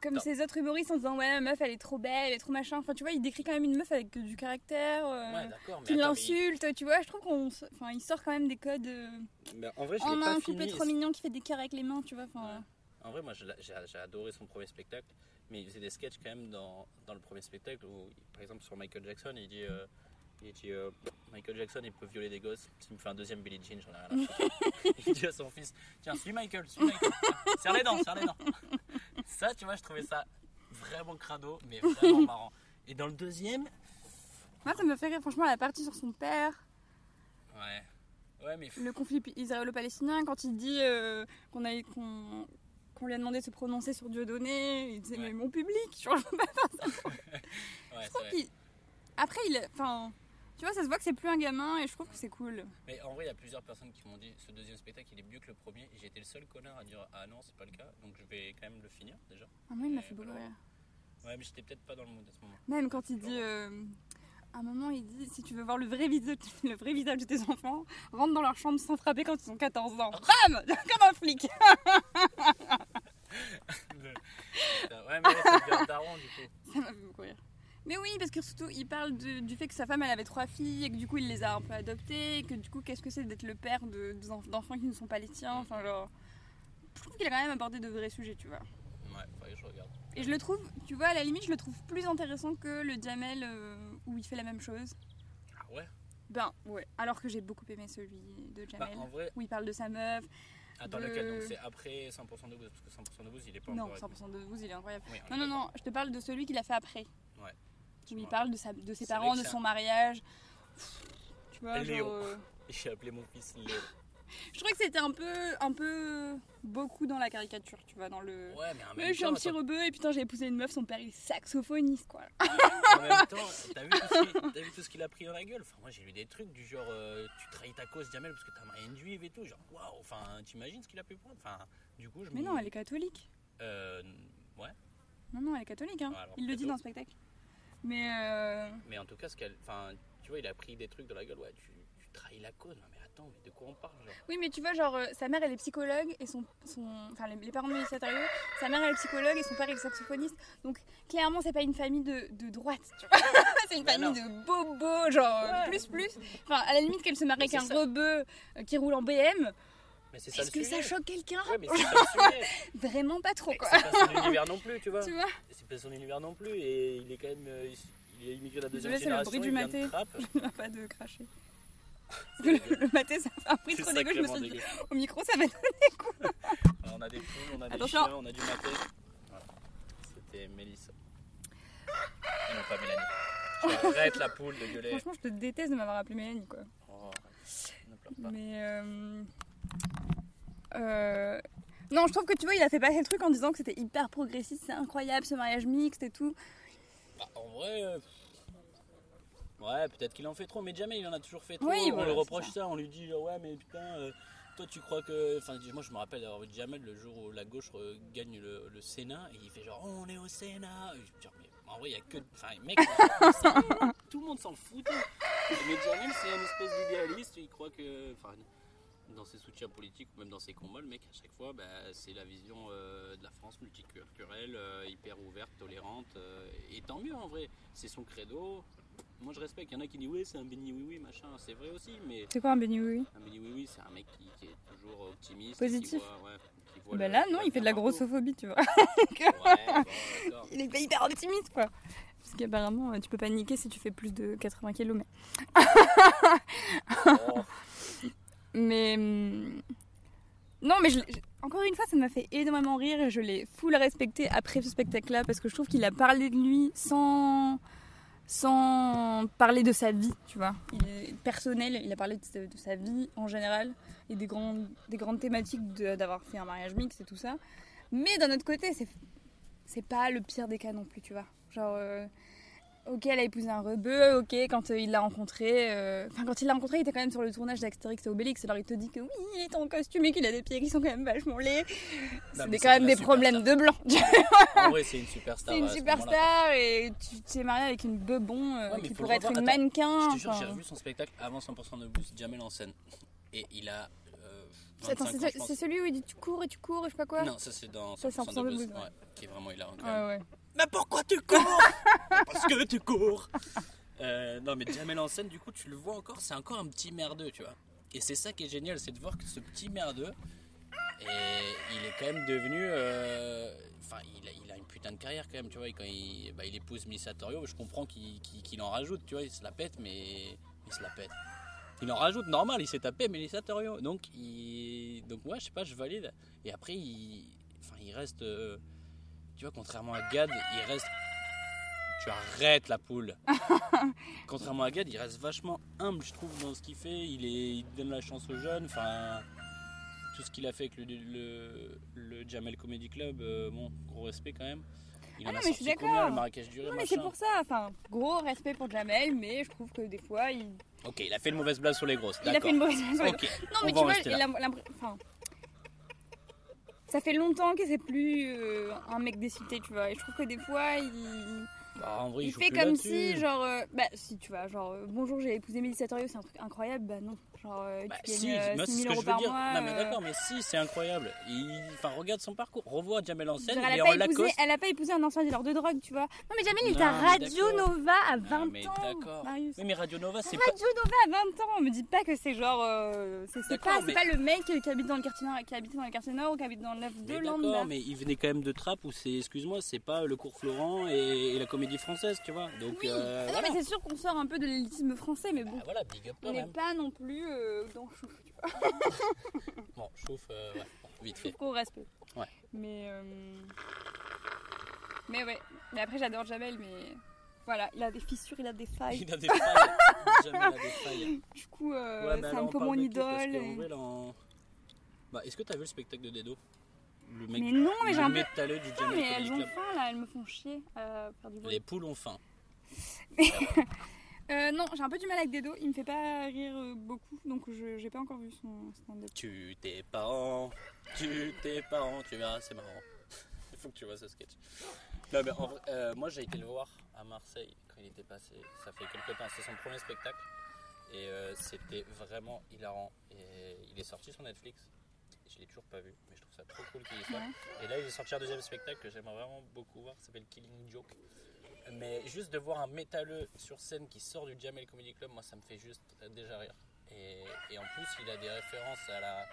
S1: Comme
S2: Non.
S1: ces autres humoristes en disant ouais la meuf elle est trop belle, elle est trop machin. Enfin tu vois il décrit quand même une meuf avec euh, du caractère. euh,
S2: Ouais, d'accord, mais
S1: qui
S2: attends, mais il-
S1: l'insulte, tu vois, je trouve qu'on s- enfin, il sort quand même des codes euh,
S2: mais en vrai, je
S1: en
S2: l'ai pas
S1: un
S2: fini,
S1: coupé trop mignon qui fait des cœurs avec les mains, tu vois. Enfin,
S2: En vrai, moi, je l'a- j'ai j'ai adoré son premier spectacle, mais il faisait des sketchs quand même dans, dans le premier spectacle où, par exemple, sur Michael Jackson, il dit, euh, il dit euh, Michael Jackson, il peut violer des gosses. S'il me fait un deuxième Billie Jean, j'en ai rien à foutre. il dit à son fils Tiens, suis Michael, suis Michael. Tiens, Serre les dents, serre les dents. ça, tu vois, je trouvais ça vraiment crado, mais vraiment marrant. Et dans le deuxième,
S1: moi ça me fait rire franchement la partie sur son père,
S2: ouais, ouais, mais.
S1: le conflit pi- israélo-palestinien quand il dit euh, qu'on a qu'on qu'on lui a demandé de se prononcer sur Dieudonné, il disait
S2: Ouais.
S1: mais mon public, tu vois.
S2: Ouais,
S1: Je
S2: c'est
S1: trouve
S2: vrai.
S1: qu'il- Après, il, enfin, tu vois, ça se voit que c'est plus un gamin et je trouve que c'est cool.
S2: Mais en vrai, il y a plusieurs personnes qui m'ont dit ce deuxième spectacle il est mieux que le premier. Et j'étais le seul connard à dire ah non, c'est pas le cas. Donc je vais quand même le finir déjà.
S1: Ah, moi, il m'a
S2: Ouais,
S1: fait beaucoup
S2: voilà.
S1: rire.
S2: Ouais, mais j'étais peut-être pas dans le mood à ce moment.
S1: Même quand il dit, euh, à un moment, il dit si tu veux voir le vrai visage, le vrai visage de tes enfants, rentre dans leur chambre sans frapper quand ils ont 14 ans. Bam, comme un flic.
S2: Le- ouais, mais là, c'est bien daron du coup.
S1: Ça m'a fait beaucoup rire. Mais oui, parce que surtout, il parle de- du fait que sa femme, elle avait trois filles et que du coup, il les a un peu adoptées. Et que du coup, qu'est-ce que c'est d'être le père de- des enf- d'enfants qui ne sont pas les tiens Enfin, genre. Je trouve qu'il a quand même abordé de vrais sujets, tu vois.
S2: Ouais, faudrait que je regarde.
S1: Et je le trouve, tu vois, à la limite, je le trouve plus intéressant que le Diamel euh, où il fait la même chose.
S2: Ah ouais
S1: Ben, ouais. Alors que j'ai beaucoup aimé celui de
S2: Bah
S1: Diamel.
S2: en vrai,
S1: Où il parle de sa meuf.
S2: attends,
S1: De-
S2: lequel Donc c'est après 100% de Booze Parce que 100% de Booze il est pas
S1: Non,
S2: encore.
S1: 100% de vous, il est incroyable.
S2: Oui, on
S1: Non,
S2: est
S1: non,
S2: d'accord.
S1: non, je te parle de celui qu'il a fait après.
S2: Ouais.
S1: Où
S2: Je
S1: il
S2: me
S1: parle de, sa, de
S2: C'est
S1: ses
S2: vrai
S1: parents,
S2: que
S1: de
S2: ça-
S1: son mariage. Tu vois,
S2: Léo.
S1: genre, euh,
S2: J'ai appelé mon fils Léo.
S1: Je trouvais que c'était un peu, un peu beaucoup dans la caricature, tu vois, dans le.
S2: Ouais, mais en
S1: Ouais,
S2: même
S1: je suis un
S2: temps,
S1: petit rebeu et putain j'ai épousé une meuf, son père il est saxophoniste quoi.
S2: attends, en même temps, t'as vu tout ce qu'il- t'as vu tout ce qu'il a pris dans la gueule Enfin, moi j'ai lu des trucs du genre euh, tu trahis ta cause, Jamel, parce que t'as marié une juive et tout. Genre, waouh, enfin, t'imagines ce qu'il a pu prendre Enfin, du coup, je
S1: Mais
S2: me-
S1: non, elle est catholique.
S2: Euh, ouais.
S1: Non, non, elle est catholique. Hein.
S2: Ah, alors,
S1: il le dit
S2: catholique.
S1: dans le spectacle. Mais euh,
S2: Mais en tout cas, ce qu'elle. Enfin, tu vois, il a pris des trucs dans la gueule. Ouais, tu, tu trahis la cause. Non, mais attends, mais de quoi on parle genre
S1: oui, mais tu vois, genre euh, sa mère elle est psychologue et son. son- Enfin, les, les parents de Mélissa Thériault, sa mère elle est psychologue et son père il est saxophoniste. Donc clairement, c'est pas une famille de, de droite, tu vois. c'est une
S2: Mais
S1: famille de bobos, genre euh,
S2: Ouais.
S1: plus plus. Enfin, à la limite qu'elle se marie
S2: Mais
S1: avec un
S2: c'est ça.
S1: rebeu euh, qui roule en BM.
S2: Mais c'est ça
S1: Est-ce
S2: le
S1: que
S2: sujet.
S1: ça choque quelqu'un
S2: Ouais, mais c'est ça le sujet.
S1: Vraiment pas trop
S2: Mais
S1: quoi.
S2: C'est pas son univers non plus, tu vois.
S1: Tu vois
S2: C'est pas son univers non plus. Et il est quand même. euh, il- il est immigré de la deuxième
S1: Désolée, c'est
S2: génération.
S1: le bruit du
S2: il vient
S1: maté.
S2: de Trappes.
S1: On va pas de cracher. Parce que le, le maté ça fait un bruit
S2: C'est
S1: trop dégueu, je me
S2: sacrément
S1: suis dit
S2: dégueu.
S1: au micro ça va être.
S2: Alors, on a des poules, on a
S1: Attention.
S2: des chiens, on a du maté. Voilà. C'était Mélissa. Et non, pas Mélanie. Arrête la poule de gueuler.
S1: Franchement, je te déteste de m'avoir appelé Mélanie quoi.
S2: Oh, arrête. Ne pleure pas.
S1: Mais. euh, euh, Non, je trouve que tu vois, il a fait passer le truc en disant que c'était hyper progressiste, c'est incroyable ce mariage mixte et tout.
S2: Bah, en vrai. euh, Ouais, peut-être qu'il en fait trop, mais jamais il en a toujours fait trop.
S1: Oui,
S2: on
S1: voilà,
S2: lui
S1: c'est
S2: reproche ça. on lui dit genre, ouais, mais putain, euh, toi tu crois que. Enfin, moi je me rappelle d'avoir vu Jamel le jour où la gauche euh, gagne le, le Sénat et il fait genre, on est au Sénat. Et je me dis, mais en vrai, il y a que. Enfin, mec, le Sénat, tout le monde s'en foutait. Mais Jamel, c'est un espèce d'idéaliste, il croit que. Enfin, dans ses soutiens politiques ou même dans ses combats, le mec, à chaque fois, bah, c'est la vision euh, de la France multiculturelle, euh, hyper ouverte, tolérante. euh, et tant mieux en vrai, c'est son credo. Moi je respecte, il y en a qui disent oui, c'est un béni oui oui, machin, c'est vrai aussi, mais
S1: C'est quoi un béni oui
S2: un béni oui oui, c'est un mec qui, qui est toujours optimiste.
S1: Positif.
S2: Qui voit, ouais, qui voit
S1: Bah
S2: le-
S1: là,
S2: qui
S1: non,
S2: voit
S1: il
S2: le
S1: fait de
S2: bien
S1: la
S2: partout.
S1: grossophobie, tu vois.
S2: Ouais, bon, d'accord.
S1: Il est pas hyper optimiste quoi. Parce qu'apparemment, euh, tu peux pas niquer si tu fais plus de 80 km.
S2: Oh,
S1: Mais. hum, Non, mais je- je- encore une fois, ça m'a fait énormément rire et je l'ai full respecté après ce spectacle-là parce que je trouve qu'il a parlé de lui sans. sans parler de sa vie, tu vois. Il est personnel, il a parlé de, sa- de sa vie en général et des grandes, des grandes thématiques de- d'avoir fait un mariage mixte et tout ça. Mais d'un autre côté, c'est. c'est pas le pire des cas non plus, tu vois. Genre. euh, Ok, elle a épousé un rebeu, ok, quand euh, il l'a rencontré, euh, enfin quand il l'a rencontré, il était quand même sur le tournage d'Astérix et Obélix, alors il te dit que oui, il est en costume et qu'il a des pieds qui sont quand même vachement laids.
S2: Non,
S1: C'est
S2: mais
S1: des- quand
S2: c'est
S1: même
S2: la
S1: des problèmes de blanc.
S2: en vrai, c'est une superstar.
S1: C'est une
S2: bah, à ce moment-là.
S1: superstar et tu t'es marié avec une bebon euh,
S2: Ouais, mais
S1: qui
S2: faut
S1: pourrait
S2: le
S1: être une
S2: revoir. Attends,
S1: mannequin.
S2: Je te jure, j'ai
S1: enfin.
S2: revu son spectacle avant 100% de Boost, Jamel en scène. Et il a. euh,
S1: Attends,
S2: 25 ans,
S1: c'est
S2: je
S1: ce-
S2: pense.
S1: c'est celui où il dit tu cours et tu cours et je sais pas quoi
S2: Non, ça c'est dans
S1: Ça, c'est
S2: 100% de
S1: 100% de
S2: Buzz,
S1: Buzz,
S2: ouais,
S1: ouais.
S2: qui est vraiment hilarant quand même.
S1: Ouais, ouais.
S2: Mais pourquoi tu cours Parce que tu cours Euh, Non, mais Jamel en scène, du coup, tu le vois encore, c'est encore un petit merdeux, tu vois. Et c'est ça qui est génial, c'est de voir que ce petit merdeux, et il est quand même devenu. euh, Enfin, il, a, il a une putain de carrière quand même, tu vois. Et quand il, bah, il épouse Mélissa Torio, je comprends qu'il qu'il- qu'il en rajoute, tu vois. Il se la pète, mais. Il se la pète. Il en rajoute, normal, il s'est tapé Mélissa Torio. Donc, il... Donc, ouais, je sais pas, je valide. Et après, il. Enfin, il reste. euh, Tu vois, contrairement à Gad, il reste. Tu arrêtes la poule. contrairement à Gad, il reste vachement humble, je trouve, dans ce qu'il fait. Il, est... il donne la chance aux jeunes. Enfin. Je tout ce qu'il a fait avec le, le, le Jamel Comedy Club, euh, bon, gros respect quand même. Il
S1: Ah
S2: en
S1: non,
S2: a
S1: mais je
S2: sorti
S1: suis
S2: combien,
S1: d'accord.
S2: le Marrakech du Rire,
S1: Non, mais c'est
S2: machin
S1: pour ça. Enfin, gros respect pour Jamel, mais je trouve que des fois, il,
S2: Ok, il a fait une mauvaise blague sur les grosses.
S1: il a fait
S2: d'accord.
S1: une mauvaise raison.
S2: Ok,
S1: Non,
S2: On va
S1: mais tu
S2: en
S1: vois,
S2: rester
S1: il
S2: là.
S1: a l'impr- enfin, ça fait longtemps que c'est plus euh, un mec des cités, tu vois. Et je trouve que des fois, il,
S2: Bah, en vrai,
S1: il
S2: joue
S1: fait
S2: plus
S1: comme
S2: là-dessus.
S1: si, genre, euh, bah si, tu vois, genre, euh, bonjour, j'ai épousé Mélissa Torio, c'est un truc incroyable, bah non. Genre, euh,
S2: Bah,
S1: tu gagnes
S2: si,
S1: euh,
S2: moi, c'est
S1: 6
S2: ce
S1: 000
S2: que
S1: euros
S2: je veux
S1: par
S2: dire.
S1: mois.
S2: Non, mais
S1: euh,
S2: d'accord, mais si, c'est incroyable. Il... Enfin, regarde son parcours. Revois Jamel
S1: euh, genre,
S2: Ancel,
S1: elle,
S2: mais
S1: a
S2: en
S1: pas épousé,
S2: Lacoste.
S1: elle a pas épousé un ancien dealer de drogue, tu vois. Non, mais Jamel, il était
S2: Non,
S1: à
S2: mais
S1: Radio
S2: d'accord.
S1: Nova à 20
S2: Non, mais
S1: ans.
S2: d'accord.
S1: Marius.
S2: Oui, mais Radio Nova, c'est pas.
S1: Radio Nova à 20 ans, on me dit pas que c'est genre. euh, c'est c'est
S2: D'accord,
S1: pas, c'est
S2: mais-
S1: pas le mec qui habite dans le quartier nord, qui habite dans le quartier nord ou qui habite dans le 9 de
S2: Mais
S1: lambda.
S2: d'accord, mais il venait quand même de Trappe où c'est, excuse-moi, c'est pas le cours Florent et, et la comédie française, tu vois. Donc,
S1: Oui,
S2: euh,
S1: Ah non,
S2: voilà.
S1: mais c'est sûr qu'on sort un peu de l'élitisme français, mais bon,
S2: Ah, voilà, big up
S1: on
S2: quand
S1: n'est
S2: même.
S1: pas non plus euh, dans chou.
S2: Bon, je trouve, euh, ouais, bon, vite
S1: Je trouve
S2: fait.
S1: qu'on respect.
S2: Ouais.
S1: Mais. euh, Mais ouais, mais après j'adore Jamel, mais. Voilà, il a des fissures, il a des failles.
S2: Il a des failles. Jamais il a des failles.
S1: Du coup, euh,
S2: Ouais, mais
S1: c'est
S2: alors,
S1: un
S2: on
S1: peu
S2: parle
S1: mon
S2: de qui,
S1: idole.
S2: parce qu'en
S1: et-
S2: vrai, là, on- Bah, est-ce que t'as vu le spectacle de Dedo Le mec
S1: Mais non, mais j'ai un peu.
S2: métalleux du
S1: Putain,
S2: Jamel
S1: mais
S2: Comedy
S1: elles ont
S2: Club.
S1: faim là, elles me font chier à faire du bruit.
S2: Les poules ont faim.
S1: Euh, non, j'ai un peu du mal avec Dedo, il me fait pas rire euh, beaucoup, donc je j'ai pas encore vu son stand-up.
S2: Tu tes parents, tu tes parents, tu verras, c'est marrant. Il faut que tu vois ce sketch. Non, mais en vrai, euh, moi j'ai été le voir à Marseille quand il était passé. Ça fait quelques temps, c'est son premier spectacle. Et euh, c'était vraiment hilarant. Et il est sorti sur Netflix. Je l'ai toujours pas vu, mais je trouve ça trop cool qu'il y soit. Et là, il est sorti un deuxième spectacle que j'aimerais vraiment beaucoup voir, ça s'appelle Killing Joke. Mais juste de voir un métalleux sur scène qui sort du Jamel Comedy Club, moi ça me fait juste euh, déjà rire. Et, et en plus, il a des références à la.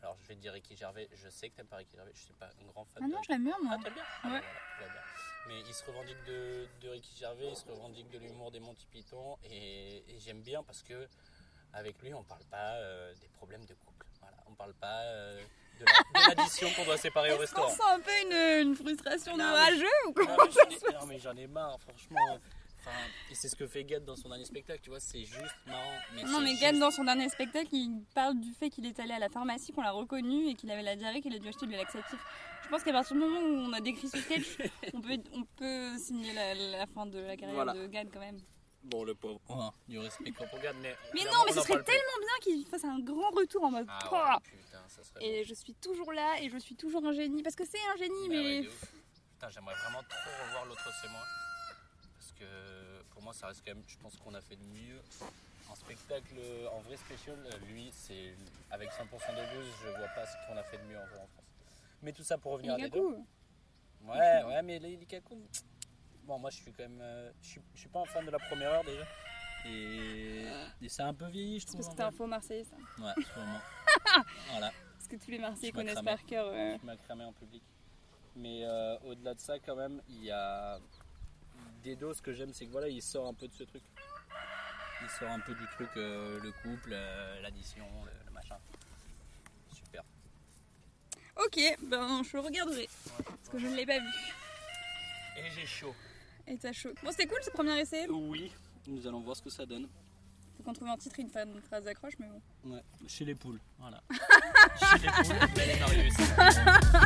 S2: Alors je vais te dire Ricky Gervais, je sais que t'aimes pas Ricky Gervais, je suis pas un grand fan
S1: Ah
S2: de
S1: non, je l'aime bien moi.
S2: ah, t'aimes bien Ah, bah, voilà, tout va bien. Mais il se revendique de, de Ricky Gervais, il se revendique de l'humour des Monty Python, et, et j'aime bien parce que avec lui, on parle pas euh, des problèmes de couple. Voilà, on parle pas euh, de la- de l'addition qu'on doit séparer au
S1: Est-ce qu'on
S2: restaurant.
S1: sent un peu une, une frustration de
S2: Non, mais-
S1: rageux ou
S2: Non,
S1: quoi
S2: mais j'en ai- non, mais j'en ai, marre, franchement. Enfin, et c'est ce que fait Gad dans son dernier spectacle, tu vois, c'est juste marrant. Mais
S1: Non,
S2: c'est
S1: mais
S2: juste-
S1: Gad, dans son dernier spectacle, il parle du fait qu'il est allé à la pharmacie, qu'on l'a reconnu et qu'il avait la diarrhée, qu'il a dû acheter du laxatif. Je pense qu'à partir du moment où on a décrit ce sketch, on peut, on peut signer la, la fin de la carrière
S2: Voilà.
S1: de Gad quand même.
S2: Bon, le pauvre. On a du respect quand pour Gad, mais.
S1: Mais
S2: là,
S1: non, mais
S2: on
S1: ce
S2: en
S1: serait
S2: parle plus.
S1: tellement bien qu'il fasse un grand retour en mode.
S2: Ah ouais,
S1: Pouah
S2: putain, ça serait.
S1: Et je suis toujours là et je suis toujours un génie parce que c'est un génie,
S2: Bah
S1: mais
S2: ouais, de ouf. Putain, j'aimerais vraiment trop revoir l'autre c'est moi. Parce que pour moi, ça reste quand même, je pense qu'on a fait de mieux. En spectacle, euh, en vrai spécial, euh, lui, c'est avec 100% de blues, je vois pas ce qu'on a fait de mieux en vrai en France. Mais tout ça pour revenir à Dedo.
S1: Lukaku.
S2: Ouais, ouais, mais les Lukaku. Bon, moi, je suis quand même, euh, je, suis, je suis pas un fan de la première heure déjà. Et, et c'est un peu vieilli, je
S1: C'est
S2: trouve.
S1: parce
S2: en
S1: que t'es un
S2: vrai.
S1: faux Marseillais, ça.
S2: Ouais, vraiment. voilà.
S1: Parce que tous les Marseillais
S2: Je m'accramais.
S1: connaissent par cœur. euh,
S2: Je m'a cramé en public. Mais euh, au-delà de ça, quand même, il y a des doses que j'aime, c'est que voilà, il sort un peu de ce truc. Il sort un peu du truc, euh, le couple, euh, l'addition, le, le machin. Super.
S1: Ok, ben je regarderai parce que je ne l'ai pas vu.
S2: Et j'ai chaud.
S1: Et t'as chaud. Bon, c'était cool ce premier essai.
S2: Oui, nous allons voir ce que ça donne.
S1: Faut qu'on trouve un titre et une fa- une phrase d'accroche, mais bon.
S2: Ouais, chez les poules, voilà. chez les poules, belle et Marius.